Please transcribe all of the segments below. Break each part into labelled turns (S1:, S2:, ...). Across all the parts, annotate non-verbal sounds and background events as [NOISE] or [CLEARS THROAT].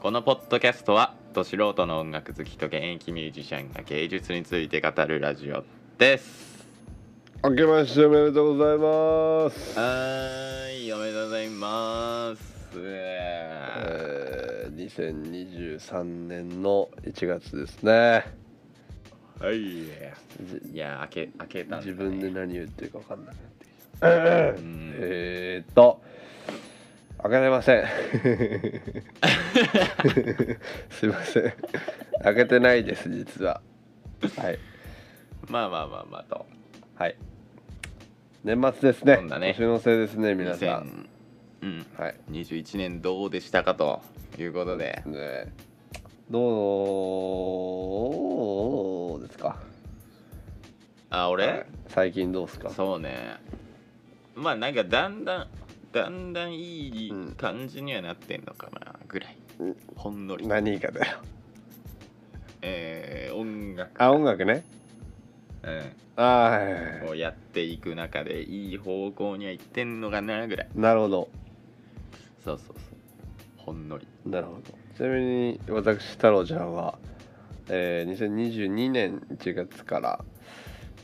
S1: このポッドキャストはど素人の音楽好きと現役ミュージシャンが芸術について語るラジオです
S2: 明けましておめでとうございます。
S1: はーいおめでとうございます
S2: えー2023年の1月ですね。
S1: はいい
S2: じ
S1: や開け開けたんだ、ね、
S2: 自分で何言ってるか分かんなくなってきた。
S1: うん
S2: えー、っと、開けれ
S1: [LAUGHS]
S2: ません。すいません。開けてないです、実は。はい。
S1: まあまあまあまあと
S2: はい。年末ですね。
S1: そうだね
S2: 年のせいですね、皆さん。
S1: 2000うん
S2: はい。
S1: 21年どうでしたかということで
S2: ねどうですか
S1: あ俺、
S2: 最近どうですか
S1: そうねまあなんかだんだんだんだんいい感じにはなってんのかなぐらい、
S2: うん
S1: ほんのり、
S2: 何かだよ
S1: えー音楽、
S2: あ音楽ね
S1: う
S2: ああはいはい
S1: ん、
S2: は
S1: をやっていく中でいい方向にはいってんのかなぐらい
S2: いなるほど
S1: そうそうそうほんのり
S2: なるほどちなみに私太郎ちゃんは、えー、2022年1月から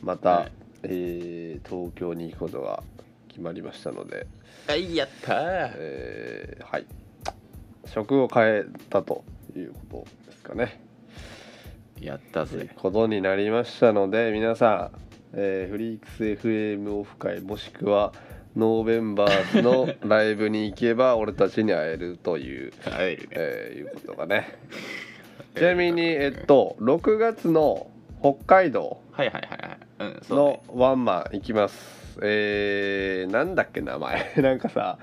S2: また、
S1: はい
S2: えー東京に行くことが決まりましたので、
S1: はいやったー
S2: えーはい職を変えたということですかね
S1: やった
S2: という
S1: ぜ
S2: ことになりましたので皆さん、えーフリークス FM オフ会もしくはノーベンバーズ
S1: [LAUGHS]
S2: のライブに行けば俺たちに会えるという、
S1: 会えるね
S2: えーいうこと
S1: [LAUGHS]
S2: がねちなみにえっと6月の北海道
S1: はいはいはいはいうんそう
S2: の
S1: ね
S2: ワンマン行きます、えー、なんだっけ名前 [LAUGHS] なんかさ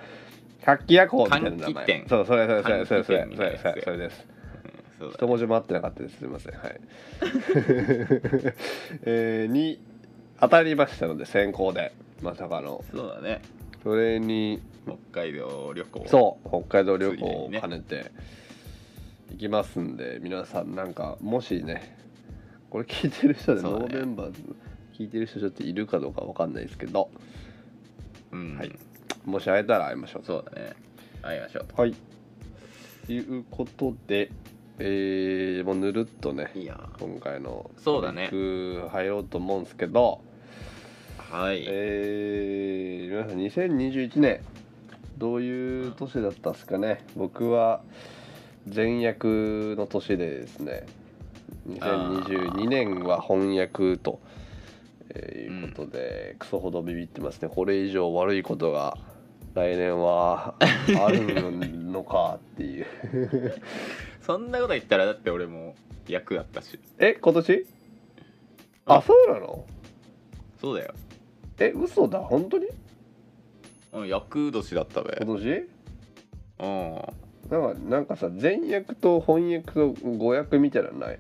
S2: 百鬼夜行みたいな名
S1: 換
S2: 前
S1: 気店
S2: そうそれそれそれそれそれ
S1: 換気店み
S2: そ
S1: たいなやつ
S2: れそれそれです
S1: うんそう
S2: 一
S1: だ
S2: 文字も合ってなかったですすみませんはい [LAUGHS] えーに当たりましたので先行でまさかの
S1: そうだね
S2: それに
S1: 北海道旅行
S2: そう北海道旅行
S1: つい
S2: を
S1: にね
S2: 兼ねて行きますんで皆さんなんかもしねこれ聞いてる人で
S1: そうだ
S2: ノ
S1: ね
S2: ーメンバーズ聞いてる人ちょっといるかどうかわかんないですけど
S1: う、うん
S2: はいもし会えたら会いましょう
S1: そうだね会いましょう
S2: はいということでえーもうぬるっとね
S1: といいやー
S2: 今回の
S1: そうだね
S2: トピック入ろうと思うんですけど、
S1: はい、
S2: えー、皆さん2021年どういう年だったっすかね僕は前役の年でですね2022年は翻訳と、えーいうことで、クソほどビビってますねこれ以上悪いことが来年
S1: [LAUGHS]
S2: はあるのかっていう
S1: そんなこと言ったらだって俺も役だったし
S2: え今年あそうなの
S1: そうだよ、
S2: え嘘だ本当に
S1: うん、役年だったべ
S2: 今年
S1: うん
S2: なんかなんかさ前役と翻訳と語訳みたいなのない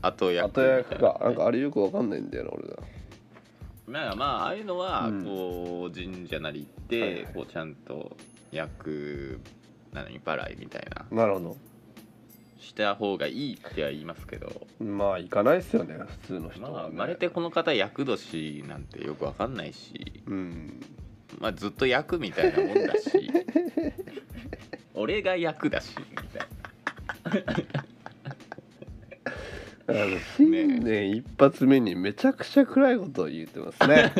S1: 後役みた
S2: 後
S1: いな
S2: 役かなんかあれよくわかんないんだよな俺ら
S1: なんかまあああいうのは
S2: うん
S1: こう神社なり行っ
S2: はい
S1: て
S2: はい
S1: こうちゃんと役なのに払いみたいな
S2: なるほ
S1: した方がいいっては言いますけど
S2: どまあ行かないっすよね普通の人
S1: ま
S2: は、ね
S1: あ生まれてこの方役年なんてよくわかんないし
S2: うん
S1: まあずっと役みたいなもんだ
S2: [LAUGHS]
S1: し俺が役だしみたいな
S2: あの新年一発目にめちゃくちゃ暗いことを言ってます
S1: [LAUGHS]
S2: ね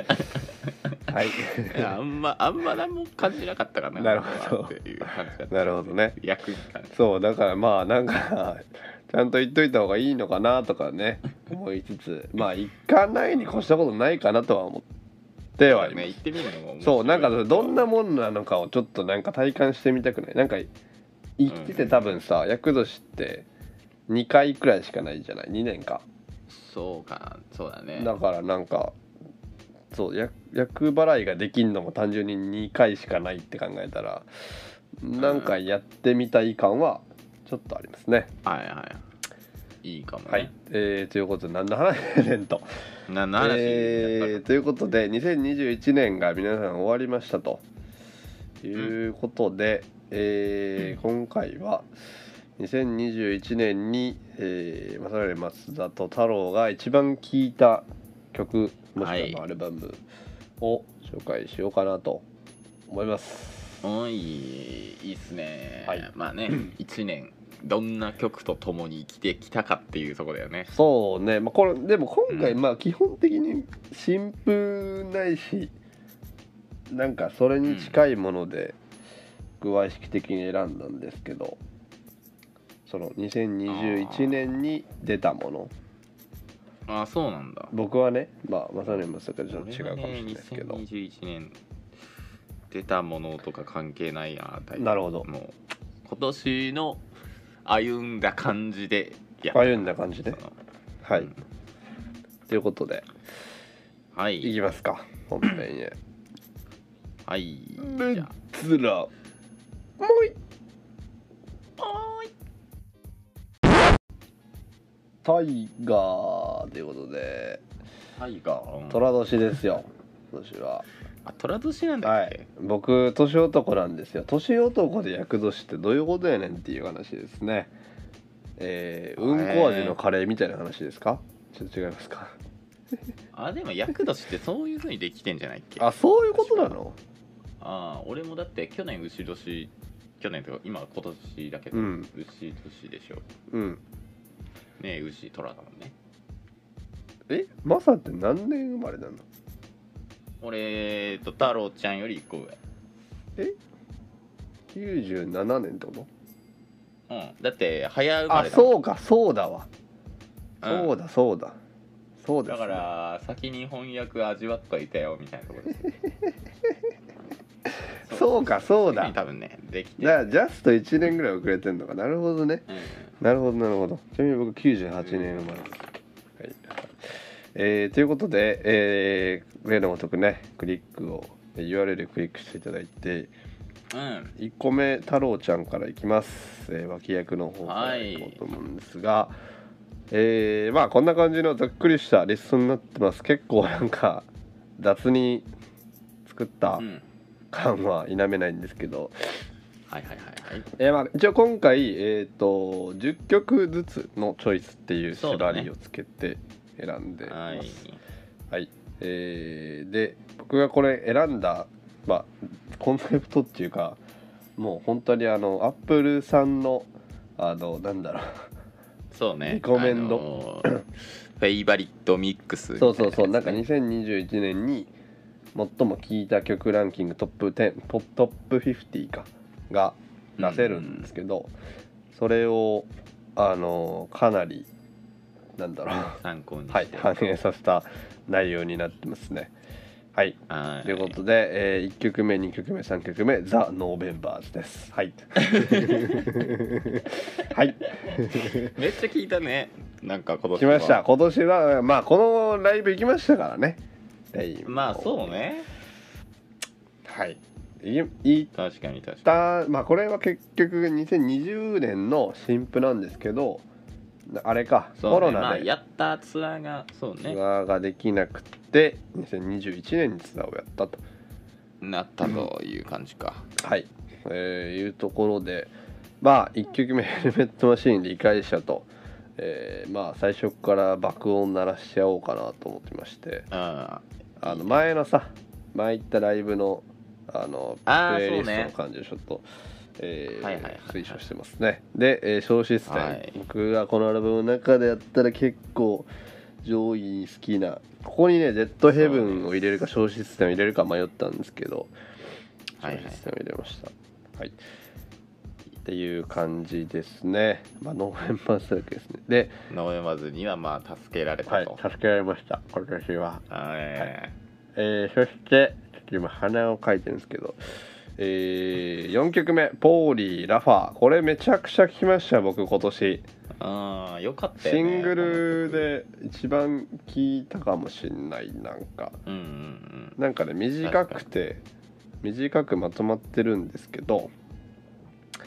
S2: はい
S1: いやあんまあんま何も感じなかったかな
S2: なるほど
S1: っていう感じだった
S2: なるほどね
S1: 役に関して
S2: そうだからまあなんかちゃんと言っといた方がいいのかなとかね思いつつまあ行かないに越したことないかなとは思ってはいます、
S1: ね行ってみるのも面白い
S2: そうなんかどんなもんなのかをちょっとなんか体感してみたくないなんか生きてて多分さ厄年って2回くらいしかないじゃない2年か
S1: そうかそうだね
S2: だからなんかそう厄厄払いができんのも単純に2回しかないって考えたらなんかやってみたい感はちょっとありますね、
S1: はいはいいいかもね、
S2: はい、えーということで何の話やねんと
S1: な何話
S2: えーということで2021年が皆さん終わりましたということで、えー今回は2021年に、えー、まさらに松田と太郎が一番聴いた曲も
S1: は
S2: し
S1: い
S2: くはアルバムを紹介しようかなと思います。
S1: おいいいっすね、
S2: はい [LAUGHS]
S1: まあね1年どんな曲と共に生きてきたかっていうところだよね
S2: そうね、まあ、これでも今回
S1: う
S2: まあ基本的に新風ないしなんかそれに近いもので僕は意識的に選んだんですけどその2021年に出たもの
S1: ああそうなんだ
S2: 僕はねまあ正則もそれちょっと違う
S1: 俺
S2: か
S1: は
S2: もしれないですけど、
S1: ね、2021年出たものとか関係ないな大
S2: なるほど
S1: もう今年の歩んだ感じでや
S2: 歩んだ感じで
S1: その
S2: は
S1: う
S2: い
S1: ん
S2: ということで
S1: はいい
S2: きますか本編へ
S1: はい
S2: レ
S1: じ
S2: ッ
S1: ゃ
S2: ツラもうい
S1: あはーい
S2: タイガーということで
S1: タイガー
S2: 虎年ですよ今年は
S1: あ虎年なんだ
S2: は
S1: っけ、
S2: い僕年男なんですよ年男で厄年ってどういうことやねんっていう話ですねえー、うんこ味のカレーみたいな話ですかちょっと違いますか
S1: あでも厄年ってそういうふうにできてんじゃないっけ
S2: あそういうことなの
S1: あー俺もだって去年牛年去年とか今今年だけど、
S2: うん
S1: 牛年でしょ
S2: うん
S1: ねえ牛虎だもんね
S2: えマサって何年生まれなの
S1: 俺と太郎ちゃんより1個上
S2: 97年ってこと
S1: うんだって早生ま
S2: あ
S1: れだもん
S2: そうかそうだわ、
S1: うん
S2: そうだそうだそうです
S1: だ
S2: ね
S1: から先に翻訳味わっといたよみたいなところですよ
S2: [LAUGHS] そうかそうだ
S1: 先に多分ねできて
S2: だからジャスト1年ぐらい遅れてんのかなるほどね
S1: うんうん
S2: なるほどなるほどちなみに僕98年生まれです、はいえーということで、えー例のごとくねクリックを URL クリックしていただいて
S1: うん
S2: 1個目太郎ちゃんからいきます、えー脇役の方からいこうと思うんですが、えーまあこんな感じのざっくりしたリストになってます結構なんか雑に作った
S1: うん
S2: 感は否めないんですけど、
S1: はいはいはいはい
S2: えーまあ、一応今回、えー、と10曲ずつのチョイスっていう
S1: そうだ
S2: 縛
S1: ね
S2: りをつけて選んで
S1: は
S2: ま
S1: い
S2: す。はいえーで僕がこれ選んだ、まあ、コンセプトっていうかもう本当にあのアップルさんのあのなんだろ
S1: そうね
S2: リコメン
S1: ド、あのーフェイバリットミックス
S2: う
S1: みたい
S2: そう
S1: やつね
S2: そうそうなんか2021年に最も聴いた曲ランキングトップ10ポトップ50かが出せるんですけど、それをあのかなりなんだろう [LAUGHS]
S1: 参考にして
S2: はい、反映させた内容になってますね。はい、
S1: はい
S2: ということで、え1曲目2曲目3曲目「ザ・ノーベンバーズ」です。
S1: [LAUGHS]
S2: はい、はい、
S1: めっちゃ聞いたねなんか今年は
S2: 来ました今年はまあこのライブ行きましたからね。ライブ
S1: まあそうね
S2: はい行き行っ
S1: 確かに確か
S2: たまあこれは結局2020年の新譜なんですけどあれか、
S1: にそうね
S2: コロナで、
S1: まあ、やったツアーがそう
S2: ツ
S1: ね
S2: アーができなくて2021年にツアーをやったと、
S1: なったという感じか
S2: はいえーいうところでまあ1曲目「ヘルメットマシーン」理解者と、えーまあ最初から爆音鳴らしちゃおうかなと思ってまして
S1: あ
S2: あの前のさ前行ったライブのあの
S1: あー
S2: プレイリスト
S1: そう
S2: の
S1: ね
S2: 感じをちょっと。えー
S1: はいはいはいはい
S2: 推奨してますねで、えー、小システム、
S1: はい
S2: 僕がこのアルバムの中でやったら結構上位に好きなここにね「ジェットヘブン」を入れるか小システム入れるか迷ったんですけど、
S1: あはいはい
S2: システム入れました。はい。っていう感じですね。まあ、ノーメンバーストライクですね。で、
S1: ノーマズにはまあ助けられ
S2: は
S1: た
S2: い
S1: と、、
S2: 助けられました。今年は。
S1: はい
S2: えー、そして、ちょっと今鼻を描いてるんですけど。えー、4曲目「ポーリー・ラファー」これめちゃくちゃ聴きました僕今年
S1: ああよかったよ、
S2: シ
S1: ね、
S2: ングルで一番聴いたかもしんないなんか
S1: うんうん
S2: なんかね短くて短くまとまってるんですけど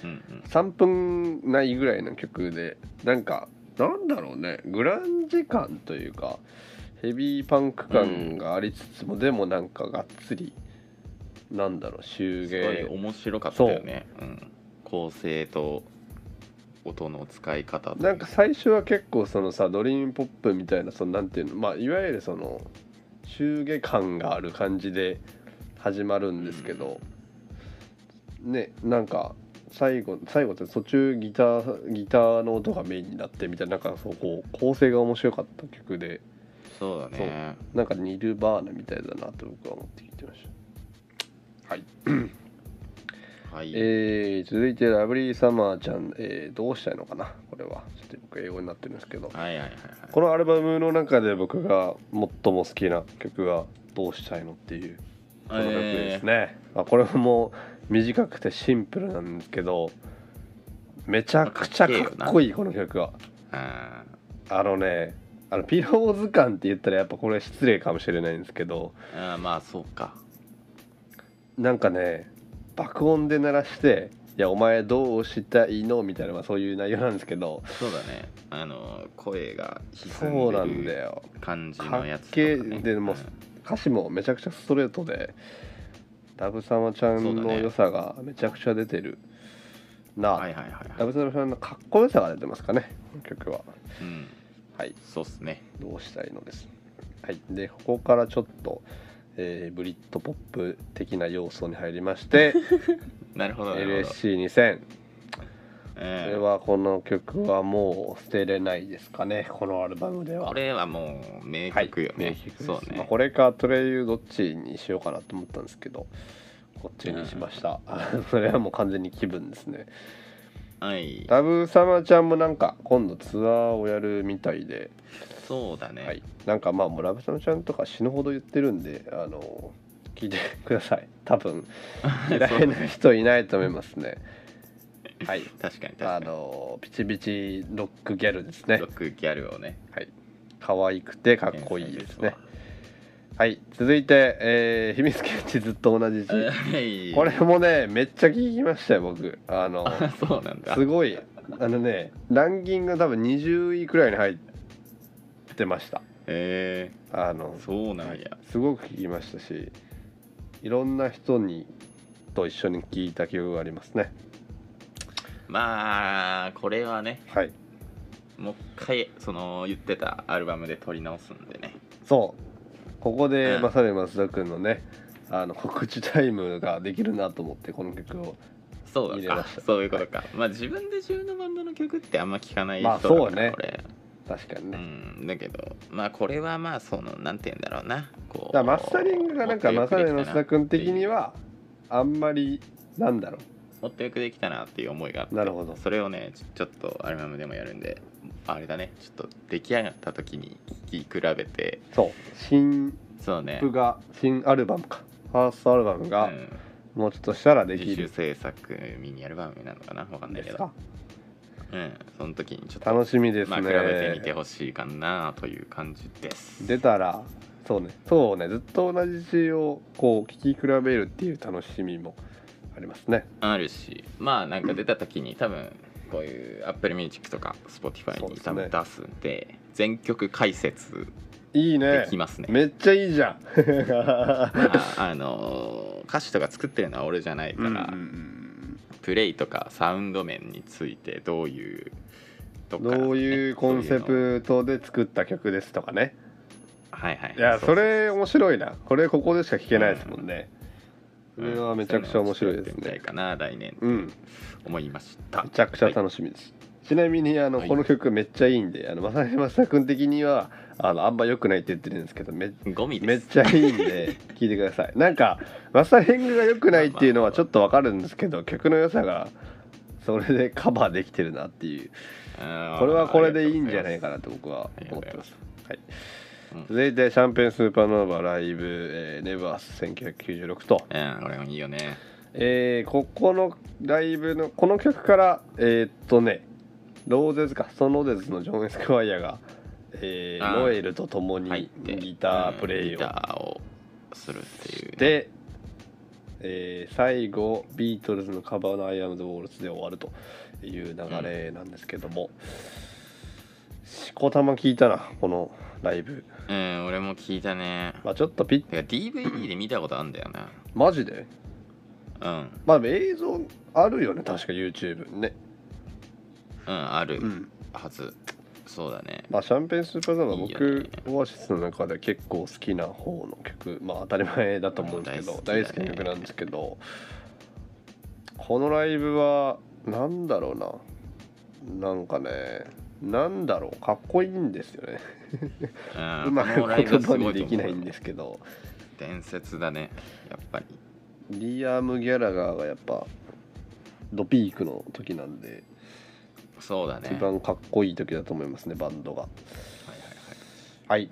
S1: うんうん
S2: 3分ないぐらいの曲でなんかなんだろうねグランジ感というかヘビーパンク感がありつつも、でもなんかがっつりなんだろう
S1: う
S2: 集
S1: んすごい
S2: 芸
S1: 面白かったよねうん構成と音の使い方と
S2: なんか最初は結構そのさドリームポップみたいなそのなんていうのまあいわゆるその集芸感がある感じで始まるんですけど、ねなんか最後最後って途中ギターギターの音がメインになってみたいななんかそうこう構成が面白かった曲で
S1: そうだね
S2: なんかニルバーナみたいだなと僕は思って聞いてましたはい
S1: はい、
S2: えー、続いてラブリーサマーちゃん、えーどうしたいのかなこれはちょっと僕英語になってるんですけど
S1: はいはいはい
S2: このアルバムの中で僕が最も好きな曲が「どうしたいの?」っていうこ
S1: は
S2: の
S1: い
S2: 曲ですね、まあ、これも短くてシンプルなんですけどめちゃくちゃかっこいいこの曲は
S1: えー
S2: あのねあのピロー図鑑って言ったらやっぱこれ失礼かもしれないんですけど
S1: うんあーまあそうか
S2: なんかね爆音で鳴らして「いやお前どうしたいの?」みたいな、まあ、そういう内容なんですけど
S1: そうだねあの声が沈
S2: そ
S1: ん
S2: うなん
S1: で
S2: だ
S1: る
S2: よ
S1: 感じのやつとか、
S2: かっ
S1: ね、
S2: けえでも歌詞もめちゃくちゃストレートでラブサマちゃん
S1: そうだ
S2: の
S1: ね
S2: 良さがめちゃくちゃ出てる
S1: う
S2: なあ、
S1: んはいはいはいは
S2: ラブ
S1: い、
S2: サマちゃんのかっこよさが出てますかねこの曲は
S1: うん、
S2: はい
S1: そうっすね
S2: どうしたいのですはいでここからちょっと、えーブリッドポップ的な要素に入りまして
S1: [LAUGHS] なるほどなるほど、
S2: LSC2000 こ
S1: え
S2: れはこの曲はもう捨てれないですかねこのアルバムでは
S1: これはもう名曲よね、
S2: 名曲です
S1: そうね、
S2: まあ、これかトレイユどっちにしようかなと思ったんですけどこっちにしました、 [LAUGHS] それはもう完全に気分ですね
S1: はい
S2: ラブサマちゃんもなんか今度ツアーをやるみたいで、
S1: そうだね、
S2: はい、なんかまあもうラブサマちゃんとか死ぬほど言ってるんであの聞いてください [LAUGHS] 多分
S1: [LAUGHS] そう
S2: 嫌
S1: だ
S2: いな
S1: ね
S2: 人いないと思いますねはい
S1: 確かに確か
S2: あ
S1: に
S2: のピチピチロックギャルですね
S1: ロックギャルをね
S2: はい可愛くてかっこいいですねはい続いて、えー秘密基地ずっと同
S1: [LAUGHS]
S2: じ字
S1: 天才です
S2: こ
S1: わは
S2: れ
S1: い
S2: もねめっちゃ聞きましたよ僕あの
S1: そうなんだ
S2: すごいあのねランキング多分20位くらいに入ってました
S1: え
S2: あの
S1: ー、そうな
S2: は
S1: ん
S2: い
S1: や
S2: すごく聞きましたしいろんな人にと一緒に聞いた記憶がありますね
S1: まあこれはね
S2: はい
S1: もう一回その言ってたアルバムで撮り直すんでね
S2: そうここで
S1: うん
S2: まさに松田君のねあの告知タイムができるなと思ってこの曲を
S1: そう
S2: 入れ
S1: だ
S2: ま
S1: か
S2: した
S1: そういうことか、まあ自分で自分のバンドの曲ってあんま聞かない人
S2: まあ
S1: だから、
S2: そうね
S1: 俺
S2: 確かに
S1: う
S2: ね、
S1: んだけどまあこれはまあそのなんて言うんだろうなこう
S2: だからマスタリングがなんか
S1: も
S2: ま
S1: っと
S2: さ
S1: よ
S2: に
S1: くでき
S2: 松
S1: た
S2: 田
S1: な
S2: 君的にはあんまりなんだろう
S1: もっとよくできたなっていう思いがあって
S2: なるほど
S1: それをねちょちょっとアルバムでもやるんであれだねちょっと出来上がった時に聴き比べて
S2: そう新
S1: そうね
S2: 譜が新アルバムかファーストアルバム
S1: う
S2: が
S1: ん
S2: もうちょっとしたらでき
S1: 自主
S2: る
S1: 制作ミニアルバムなのかなわかん
S2: ん
S1: ない
S2: で
S1: け
S2: す
S1: ど
S2: か
S1: うんその時にちょっと
S2: 楽しみです
S1: ま
S2: ね、
S1: あ比べてみてほしいかなという感じです
S2: 出たらそうねそうねずっと同じ詩をこう聴き比べるっていう楽しみもありますね
S1: あるしまあなんか出た時に多分こういう Apple Music とか Spotify
S2: そう
S1: に
S2: です
S1: 多
S2: ね
S1: 分出すんで全曲解説
S2: いいね
S1: できますね
S2: めっちゃいいじゃん
S1: まああのー歌詞とか作ってるのは俺じゃないか
S2: うんうんう
S1: ら、
S2: ん
S1: プレイとかサウンド面についてどういうとかね、
S2: どういうコンセ
S1: そういうの
S2: プトで作った曲ですとかね
S1: はいはい
S2: いや
S1: う
S2: それ面白いなこれここでしか聴けないですもんね、
S1: う
S2: こ
S1: ん
S2: れはめちゃくちゃ面白いです
S1: そううのを作ってみたい
S2: ね
S1: かな来年
S2: うん
S1: 思いました
S2: めちゃくちゃ楽しみです、ちなみにあの、
S1: はい
S2: この曲めっちゃいいんであの正山さ君的にはあのあんま良くないって言ってるんですけどめ
S1: ゴミです
S2: めっちゃいい
S1: [LAUGHS]
S2: んで聞いてくださいなんかマサヘングが良くないっていうのはちょっとわかるんですけど曲の良さがそれでカバーできてるなっていう
S1: あー
S2: これはこれでいいんじゃないかなと僕は
S1: ありがと
S2: 思
S1: う
S2: っ
S1: ござい
S2: てま
S1: ますす
S2: はい
S1: うん
S2: 続いてシャンペンスーパーノーバーライブ、えー、ネバース1996と
S1: うん俺もいいよね
S2: えーここのライブのこの曲からえーっとねローゼズかストーンローゼズのジョン・エスクワイアが、えー
S1: あー
S2: ノエルと共
S1: 入っ
S2: に
S1: て
S2: ギタープレイ
S1: うん
S2: を
S1: ギターをするっていうね、
S2: で、えー最後ビートルズのカバーの「アイアム・ザ・ウォールズ」で終わるという流れなんですけども、しこたま聞いたなこのライブ、
S1: うん俺も聞いたね
S2: まあ、ちょっとピッ
S1: てか DVD で見たことあるんだよな
S2: マジで
S1: うん
S2: まあでも映像あるよね確か YouTube にね、
S1: うんある
S2: うん
S1: はず、そうだね
S2: まあ、シャンペンスーパーザーはい
S1: いよ
S2: 僕
S1: ね
S2: オアシスの中で結構好きな方の曲まあ当たり前だと思うんですけど
S1: もう
S2: 大
S1: 大
S2: 好
S1: 好
S2: き
S1: き
S2: な
S1: だね
S2: 曲なんですけどこのライブはなんだろうななんかねなんだろうかっこいいんですよね
S1: あー
S2: うまく
S1: このライブ
S2: 言
S1: はすご
S2: 葉
S1: いと思
S2: に
S1: う
S2: できないんですけど
S1: 伝説だねやっぱり
S2: リアム・ギャラガーがやっぱドピークの時なんで
S1: そうだね
S2: 一番かっこいい時だと思いますねバンドが
S1: はいはいはい
S2: はい、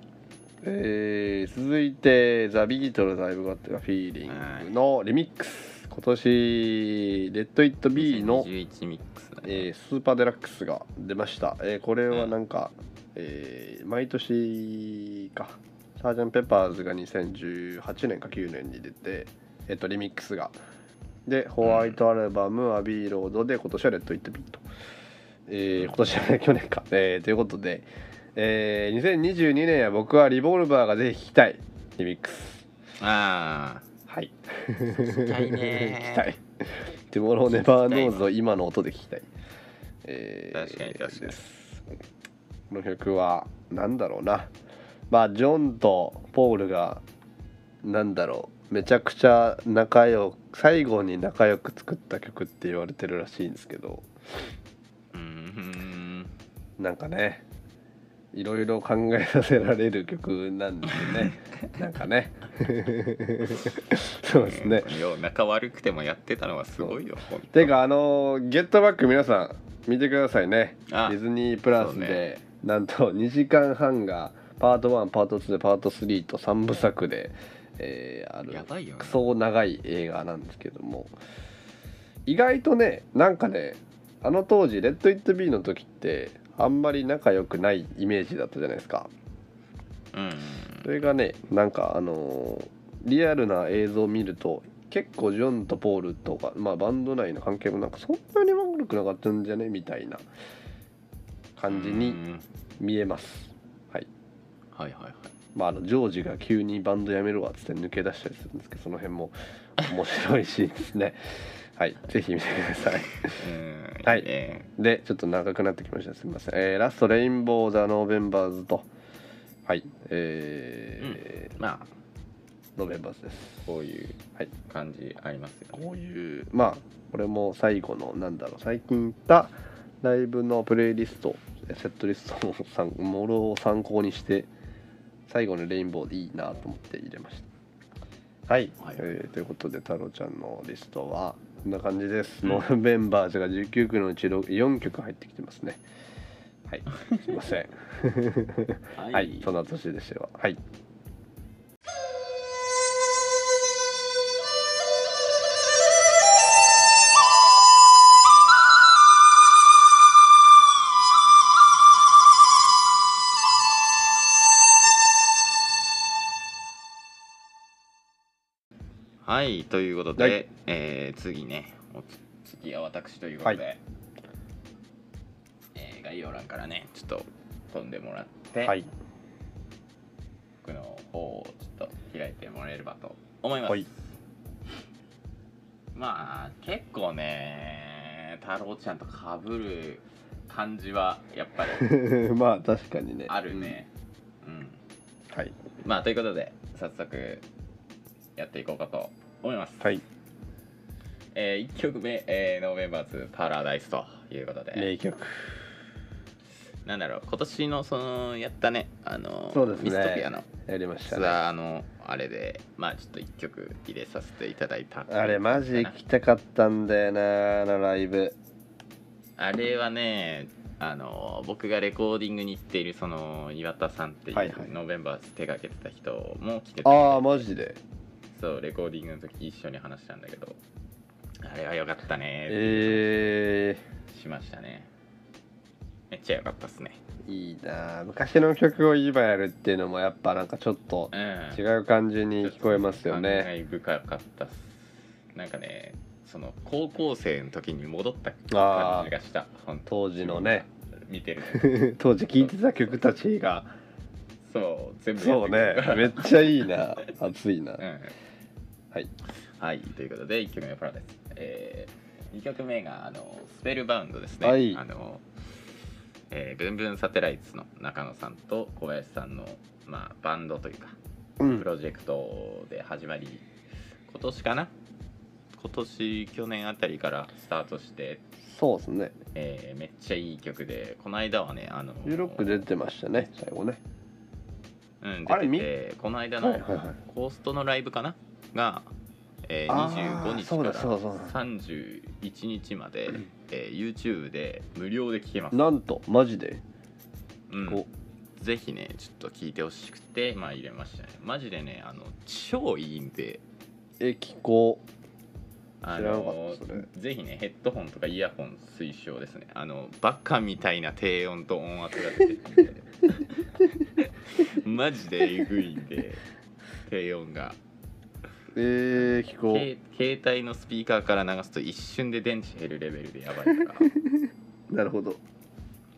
S2: えー続いてザ・ビートルズ・アイブ・ガット・フィーリングのリミックス今年「レッド・イット・ビー」の、
S1: 11ミックスだね、
S2: えースーパーデラックスが出ました、えーこれはなんか、えー毎年かサージャン・ペッパーズが2018年か9年に出て、えっとリミックスがでホワイトアルバム「アビー・ロード」で今年は「レッド・イット・ビー」と、えー今年はね去年か、えーということで、えー2022年は僕は「リボルバー」がぜひ聴きたいリミックス
S1: あ
S2: はい
S1: 聞きたいね
S2: [LAUGHS] 聞きたいでものネバーノーズを今の音で聞きたいえー
S1: 確かに確かに
S2: ですこの曲はなんだろうなまあジョンとポールがなんだろうめちゃくちゃ仲良く最後に仲良く作った曲って言われてるらしいんですけど
S1: ーうーん
S2: なんかねいろいろ考えさせられる曲な
S1: [LAUGHS]
S2: んですよねなんかね [LAUGHS] そうですね
S1: うんよう仲悪くてもやってたのはすごいよほんと
S2: てかあのーゲットバック」皆さん見てくださいねデ
S1: あ
S2: ィズニープラス
S1: そう
S2: で、
S1: ね
S2: なんと2時 [LAUGHS] 間半がパート1パート2パート3と3部作で、えーある
S1: やばいよね
S2: クソ長い映画なんですけども意外とねなんかねあの当時「レッド・イット・ビー」の時ってあんまり仲良くないイメージだったじゃないですか
S1: うんうん
S2: それがねなんかあのーリアルな映像を見ると結構ジョンとポールとか、まあ、バンド内の関係もなんかそんなに悪くなかったんじゃねみたいな感じ
S1: う
S2: に
S1: ん
S2: 見えます、
S1: はいはいはい
S2: まあ、あのジョージが急にバンドやめろわっつって抜け出したりするんですけどその辺も面白いシーンですね [LAUGHS] はいぜひ見てください
S1: うん
S2: はい
S1: ね
S2: でちょっと長くなってきましたすみません、えーラストレインボー・ザ・ノーベンバーズとはいえー
S1: まあ
S2: ノーベンバーズです
S1: こういう
S2: はい
S1: 感じありますよね
S2: こういうまあこれも最後のなんだろう最近行ったライブのプレイリストセットリストの参もろを参考にして最後のレインボーでいいなと思って入れましたはい、
S1: はい
S2: えーということで太郎ちゃんのリストはこんな感じです、ノーベンバーズが19曲のうちろ4曲入ってきてますね [LAUGHS] はいすいません
S1: は
S2: はいそんな年でしたよはい
S1: はいということで、
S2: はい
S1: えー次ねおつ次は私ということで、
S2: は
S1: えー概要欄からねちょっと飛んでもらって、
S2: はい [LAUGHS]
S1: 僕の方をちょっと開いてもらえればと思います、
S2: はい
S1: まあ結構ね太郎ちゃんとかぶる感じはやっぱり
S2: まあ確かにね
S1: あるね、うん、
S2: はい
S1: まあということで早速やっていこうかと思います、
S2: はい
S1: え1曲目、えーノーメンバーズパラダイスということで、
S2: 名曲
S1: なんだろう今年のそのやったねあの
S2: そうですね
S1: ミストピアの
S2: やりました
S1: ツ
S2: ね
S1: アーのあれでまあちょっと1曲入れさせていただいた
S2: あれマジ行きたかったんだよなあのライブ
S1: あれはねあの僕がレコーディングに行っているその岩田さんっていう、
S2: はいはい
S1: ノーベンバーズ手がけてた人も来てて
S2: ああマジで
S1: そうレコーディングの時一緒に話したんだけどあれは良かったね
S2: え
S1: しましたねめっちゃ良かったっすね
S2: ー、いいなあ昔の曲を今やるっていうのもやっぱなんかちょっと
S1: うん
S2: 違う感じに聞こえますよ
S1: 感
S2: ね
S1: 慨深かったっすなんかねその高校生の時に戻った
S2: あー
S1: 感じがした本当
S2: 当時のね [LAUGHS]
S1: 見てる
S2: 当時聴いてた曲たちが
S1: [LAUGHS] そう全部や
S2: そうね
S1: ってくれ
S2: めっちゃ
S1: [LAUGHS]
S2: いいな熱いな
S1: たうん
S2: はい
S1: はい、ということで1曲目はパラダイス、えー、2曲目があのスペルバウンドですね、
S2: はい
S1: あのえーブンブンサテライツの中野さんと小林さんの、まあ、バンドというか
S2: う
S1: プ
S2: ん
S1: ロジェクトで始まり今年かな今年去年あたりからスタートして、
S2: そうですね
S1: えーめっちゃいい曲でこの間はねあの
S2: 16出てましたね最後ね
S1: うん、
S2: あれ
S1: 出ててこの間の
S2: はいはいはい
S1: コーストのライブかなが、えー
S2: あー
S1: 25日
S2: そう
S1: か
S2: だ
S1: ら
S2: そうだそうだ
S1: 31日まで、えー YouTube で無料で聴けます、
S2: なんとマジで、
S1: うん
S2: こ、
S1: ぜひねちょっと聴いてほしくてまあ入れましたねマジでねあの超いいんで
S2: うえ気候
S1: あ
S2: 知らなか
S1: の
S2: ったそれ
S1: ぜひねヘッドホンとかイヤホン推奨ですねあのバカみたいな低音と音圧が出てくる
S2: [LAUGHS]
S1: んでマジでえぐいんで低音が
S2: えー、気候
S1: け携帯のスピーカーから流すと一瞬で電池減るレベルでやば
S2: [LAUGHS]
S1: いから
S2: なるほど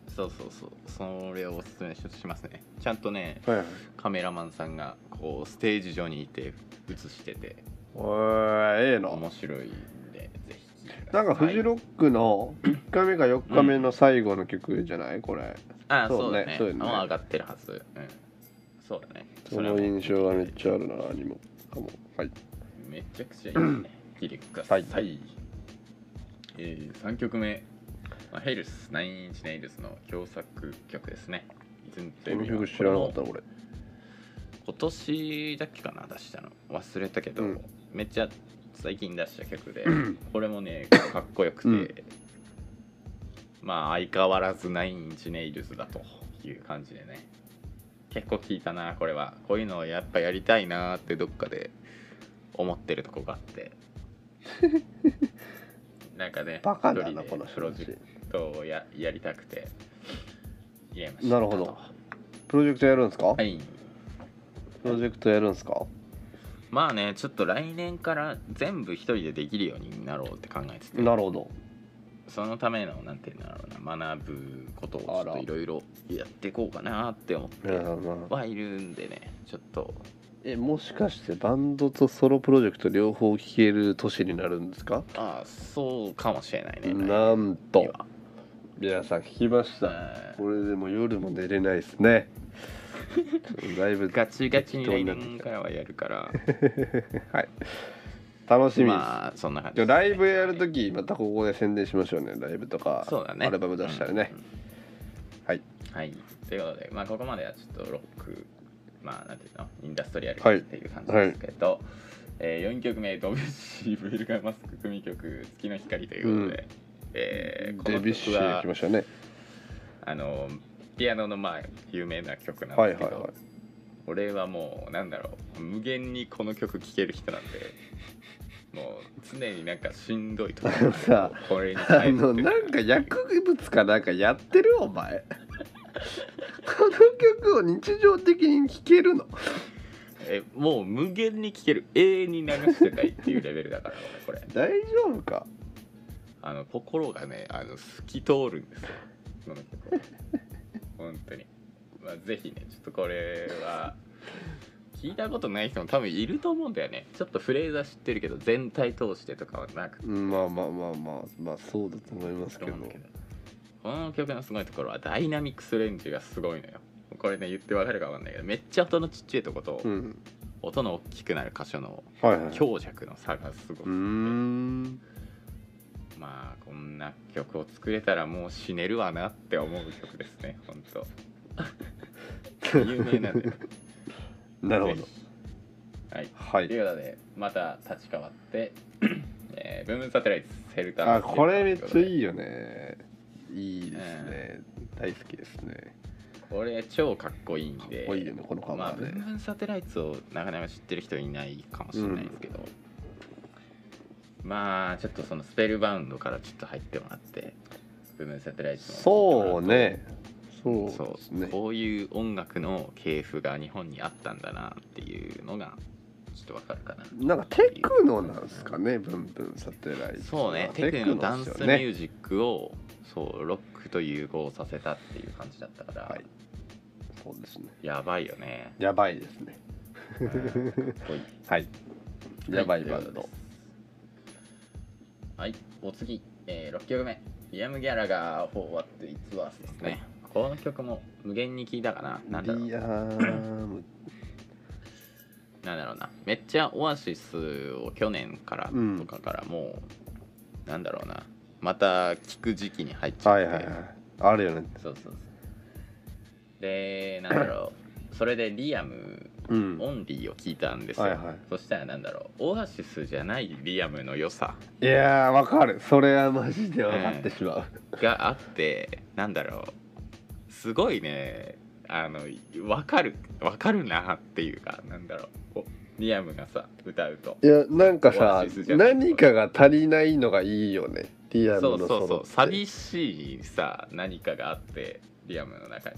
S1: そうそうそうそれをおすすめしますねちゃんとね
S2: はいはい
S1: カメラマンさんがこうステージ上にいて映してて
S2: おいええな
S1: 面白いんでぜひ聴いてくださ
S2: ないんかフジロックの1回目か4日目の最後の曲じゃないこれ
S1: ああ
S2: そ
S1: そうう
S2: ね
S1: だね
S2: そうよね
S1: もう上がってるはず、うん、そうだね
S2: その
S1: れはもう
S2: 印象がめっちゃあるな何もかもはい
S1: めちゃくちゃいいね聴いてください、
S2: は
S1: えー、3曲目、まあ、ヘルスナインインチネイルズの共作曲ですね
S2: この曲知らなかったな俺
S1: 今年だっけかな出したの忘れたけど、
S2: うん
S1: めっちゃ最近出した曲
S2: [LAUGHS]
S1: で、
S2: ん
S1: これも
S2: [LAUGHS]
S1: ねかっこよくて、まあ相変わらずナインインチネイルズだという感じでね結構聞いたなこれはこういうのをやっぱやりたいなってどっかで思ってるとこがあって
S2: [LAUGHS]
S1: なんかね
S2: バカだな
S1: 一人で
S2: この
S1: プ
S2: 人
S1: ロ
S2: た
S1: ジ
S2: ち
S1: ェクトをややりたくて入れました
S2: なるほどプロジェクトやるんですか、
S1: はい
S2: プロジェクトやるんですか
S1: まあねちょっと来年から全部一人でできるようになろうって考えてて
S2: なるほど
S1: そのためのなんていうんだろうな学ぶことをちょっ
S2: あら
S1: といろいろやっていこうかなって思って
S2: 皆さんな
S1: はいるんでねちょっと
S2: えもしかしてバンドとソロプロジェクト両方聴ける年になるんですか
S1: ああそうかもしれないね
S2: なん
S1: 来年に
S2: と
S1: は
S2: 皆さん聞きました
S1: う
S2: これでも夜も寝れないで
S1: [LAUGHS]
S2: すねだいぶ
S1: んガチガチに来年からはやるから
S2: [LAUGHS] はい楽しみです、
S1: まあそんな感じ
S2: で
S1: です
S2: も
S1: ね、
S2: ライブやるときまたここで宣伝しましょうねライブとか
S1: そうだね
S2: アルバム出したらね、
S1: うん
S2: はい
S1: はいということでまあここまではちょっとロックまあなんていうのインダストリアル
S2: はい
S1: っていう感じですけど、えー、4曲目ドビュッシー「ブルガーマスク」組曲「月の光」ということで、えーこ
S2: デ
S1: の
S2: ビッシ
S1: 曲
S2: ュ
S1: は
S2: 来ましたね
S1: あのピアノのまあ有名な曲なん
S2: は
S1: で
S2: い
S1: す
S2: はい
S1: けど、
S2: はい
S1: 俺はもうなんだろう無限にこの曲聴ける人なん
S2: [LAUGHS]
S1: でもう常になんかしんどいと
S2: のさ
S1: これに耐
S2: あ
S1: えるってい
S2: の
S1: う
S2: なんか薬物かなんかやってるお前 [LAUGHS] この曲を日常的に聴けるの
S1: えもう無限に聴ける永遠に流してたいっていうレベルだから俺これ
S2: 大丈夫か
S1: あの心がねあの透き通るんですよこの曲は本当にまあぜひねちょっとこれは聞いたことない人も多分いると思うんだよねちょっとフレーズは知ってるけど全体通してとかはなくて
S2: うんまあまあまあまあまあそうだと思いますけ
S1: 思
S2: ど
S1: うんだけどこの曲のすごいところはダイナミックスレンジがすごいのよこれね言ってわかるかわかんないけどめっちゃ音のちっちゃいとこと、
S2: うん
S1: 音の大きくなる箇所の
S2: はいはい
S1: 強弱の差がすごくて
S2: うーん
S1: まあこんな曲を作れたらもう死ねるわなって思う曲ですね本当有名なんで
S2: [LAUGHS] なる
S1: ぜ
S2: ほど
S1: ひはい
S2: は
S1: とい
S2: いう
S1: ことでまた立ち替わって、 [COUGHS] えーブームサテライトセルター
S2: あこれめっちゃ
S1: い
S2: いいよねいいですね大好きですね
S1: これ超かっこいいん
S2: かっ
S1: で
S2: こいいよねこのカ
S1: まあ
S2: バー
S1: ブ
S2: ね
S1: ームサテライトをなかなか知ってる人いないかもしれないですけど、まあちょっとそのスペルバウンドからちょっと入ってもらってブームサテライトの
S2: そうねそう
S1: そう
S2: ですね
S1: こういう音楽の系譜が日本にあったんだなっていうのがちょっとわかるかな
S2: なんかテクノなんですかねブンブンサテライト
S1: そうねテクノダンスミュージックをそうロックと融合させたっていう感じだったから、
S2: はいそうですね
S1: やばいよね
S2: やばいですね
S1: うんかっこ [LAUGHS] いい
S2: はいやばいバン
S1: とうこ
S2: ド
S1: とですはいお次、えー、6曲目イアム・ギャラガー「For What It's Worth」ですね、
S2: はい
S1: この曲も無限に聴いたかななんだろう
S2: リアーム
S1: なんだろうなめっちゃオアシスを去年から
S2: うん
S1: とかからもう、なんだろうなまた聞く時期に入っちゃっ
S2: は
S1: て、
S2: いはいはいあるよね
S1: そうそうそうでなんだろう
S2: [COUGHS]
S1: それでリアム
S2: うん
S1: オンリーを聞いたんですよ、
S2: はいはい
S1: そしたらなんだろうオアシスじゃないリアムの良さ
S2: いやーわかるそれはマジで分かってしまう、
S1: があってなんだろうすごいねあのわかるわかるなっていうかなんだろうこうリアムがさ歌うと
S2: いやなんか
S1: オア
S2: さ
S1: シスじゃない
S2: 何かが足りないのがいいよねリアル
S1: そ
S2: の
S1: うそうそう寂
S2: ビ
S1: しいさ何かがあってリアムの中に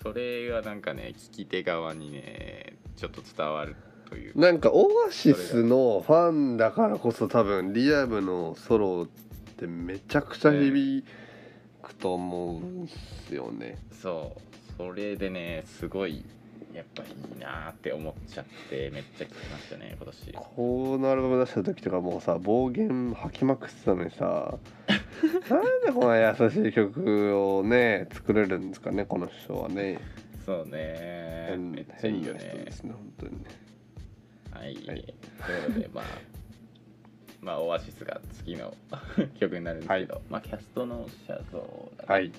S1: それがなんかね聞き手側にねちょっと伝わるという
S2: なんかオアシスのファンだからこそ多分リアムのソロってめちゃくちゃ響くと思うんすよね、
S1: そうそれでねすごいやっぱいいなーって思っちゃってめっちゃ聞きましたね今年
S2: このアルバム出した時とかもうさ暴言吐きまくってたのにさなんでこんな優しい曲をね作れるんですかねこの人はね
S1: そうね
S2: 変
S1: めっちゃいいよ
S2: 変な人
S1: ね
S2: ですね本当にね
S1: はい、と
S2: はいいう
S1: ことで
S2: [LAUGHS]
S1: まあまあオアシスが次の [LAUGHS] 曲になるんですけど、まあキャストの写像だね
S2: はい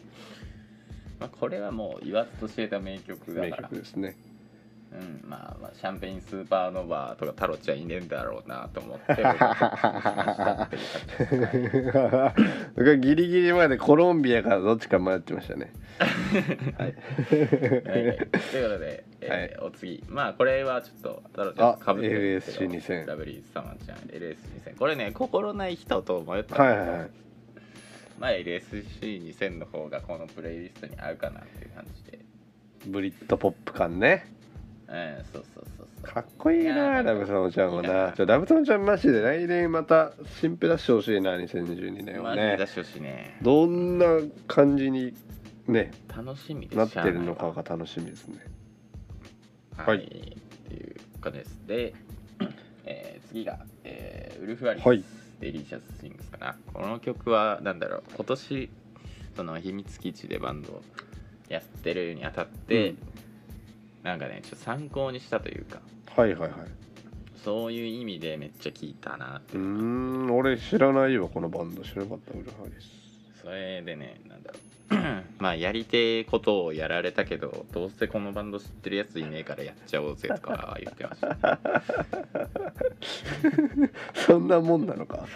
S1: まあ、これはもう言わずと知れた名曲だ
S2: 名
S1: から
S2: 曲ですね
S1: うんまあ、まあシャンペインスーパーノバーとかタロちゃんいねえんだろうなと思
S2: [LAUGHS]
S1: って
S2: はははは [LAUGHS] 僕はギリギリまでコロンビアかどっちか迷ってましたね。はい。
S1: はいはいということで、えーお次まあこれはちょっと太郎ちゃん
S2: あ
S1: かぶってるんですけど
S2: LS2000
S1: ラブリーズサマちゃん LS2000 これね心ない人と迷ったん
S2: はい
S1: ですけど
S2: はいはい。
S1: まあ LSC2000 の方がこのプレイリストに合うかなっていう感じで
S2: ブリッドポップ感ね。
S1: うんそうそうそうそう
S2: かっこいい
S1: いや
S2: な、
S1: ー
S2: ラブソンちゃんも
S1: いい
S2: な
S1: な。
S2: ちょラブソンちゃんマジで来年また新ペ出してほしいな、2022年
S1: マ
S2: は
S1: ジで出
S2: ね。
S1: してほしいね
S2: どんな感じにね、
S1: 楽しみで
S2: なっ
S1: してゃあない
S2: るのか
S1: わ
S2: が楽しみですね。
S1: は、
S2: はいい
S1: っていう感じです。で、 [CLEARS THROAT] えー次が、えーウルフ・アリス、
S2: はい
S1: デリシャス・シングスかな。この曲は、なんだろう、今年、その秘密基地でバンドをやってるにあたって、
S2: うん
S1: なんかね、ちょっと参考にしたというか、
S2: はいはいはい。
S1: そういう意味でめっちゃ聴いたなって
S2: うーん、俺知らないわ、このバンド。知らなかった、ウルハリス。
S1: それでね、なんだろう。 [CLEARS THROAT] まあやりてえことをやられたけどどうせこのバンド知ってるやついねえからやっちゃおうぜとか言ってました
S2: そんなもんなのか。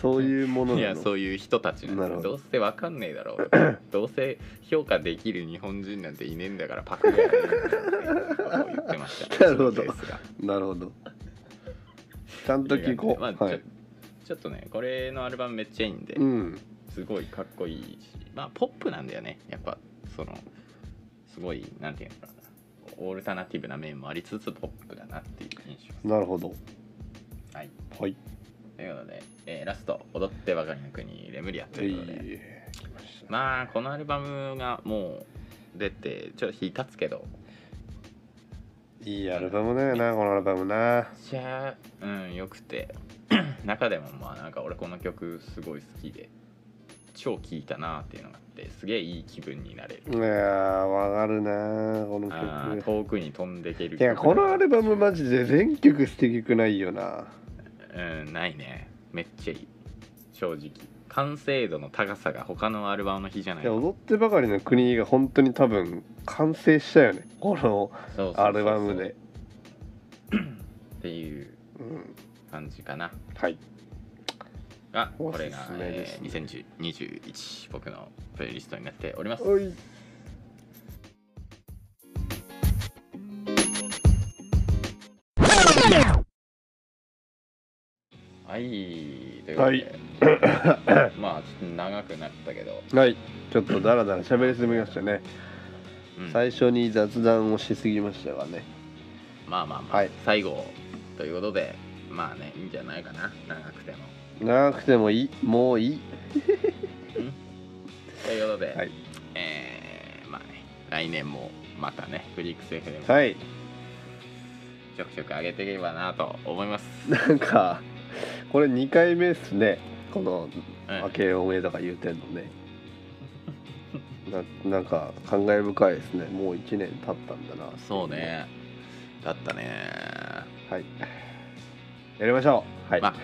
S2: そういうもの
S1: い
S2: な
S1: や
S2: のか
S1: そういう人たちなんです
S2: なる
S1: よ
S2: ほ
S1: ど
S2: ど
S1: うせわかんねえだ
S2: [LAUGHS]
S1: ろうどうせ評価できる日本人なんていねえんだからパクリやれって言ってました
S2: [LAUGHS] なるほど
S1: そうですが
S2: なるほど。ちゃんと聞こう。
S1: まあちょ
S2: はい。
S1: ちょっとねこれのアルバムめっちゃいいんで、
S2: うん。
S1: すごいかっこいいしまあポップなんだよねやっぱそのすごいなんていうのかなオールタナティブな面もありつつポップだなっていう印象
S2: なるほど。
S1: はい
S2: はい。
S1: ということで、えーラスト「踊ってばかりの国レムリア」と
S2: え
S1: いうことで、
S2: い。
S1: まあこのアルバムがもう出てちょっと日経つけど
S2: いいアルバムだよな、このアルバム
S1: め
S2: な。
S1: っちゃうんよくて中でもまあなんか俺この曲すごい好きで超聴いたなっていうのがあってすげえいい気分になれる
S2: いやー、わかるな、この
S1: あー
S2: 曲。
S1: 遠くに飛んでける
S2: いや、このアルバム
S1: ま
S2: マジで全曲捨て曲ないよな。
S1: うんないねめっちゃいい正直完成度の高さが他のアルバムの比じゃない
S2: いや、踊ってばかりの国が本当に多分完成したよね、この
S1: そうそうそうそう
S2: アルバムで。
S1: っていう
S2: うん。
S1: 感じかな
S2: はい。
S1: が
S2: お
S1: これが
S2: すすめです
S1: え
S2: ね
S1: ー2021僕のプレイリストになっております
S2: おい。
S1: はいということで、まあちょっと長くなったけど、
S2: はい。ちょっとダラダラ喋りすぎましたね。
S1: うん
S2: 最初に雑談をしすぎましたがね。
S1: まあまあまあ、
S2: はい
S1: 最後ということでまあねいいんじゃないかな長くても
S2: 長くてもいいもういい
S1: ということで、
S2: はい
S1: えーまあね来年もまたねフリークス FM
S2: はい
S1: ちょくちょく上げていければなと思います、
S2: なんかこれ2回目っすねこの
S1: うん
S2: 「明けおめ」とか言うてんの
S1: [LAUGHS]
S2: ねななんか感慨深いですねもう1年経ったんだな
S1: そうねだったね
S2: はいやりましょうはい、
S1: まあ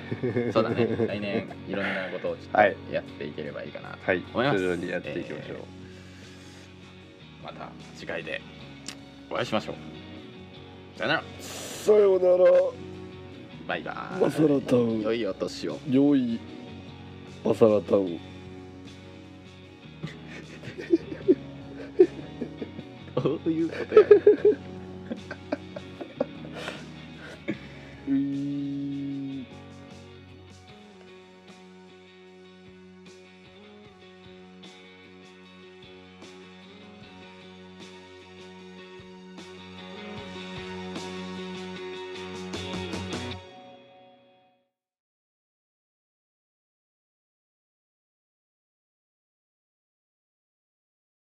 S1: そうだね来年いろんなことをちょっ
S2: はい
S1: とやっていければいいかな、
S2: はい
S1: 思います
S2: 徐々にやっていきましょう、
S1: また次回でお会いしましょうさよなら
S2: さよう
S1: バイバ
S2: ならマサラ
S1: ー
S2: タウ
S1: イ良
S2: ン
S1: いお年 [LAUGHS] を
S2: 良いマサラタウン
S1: どういうことやねん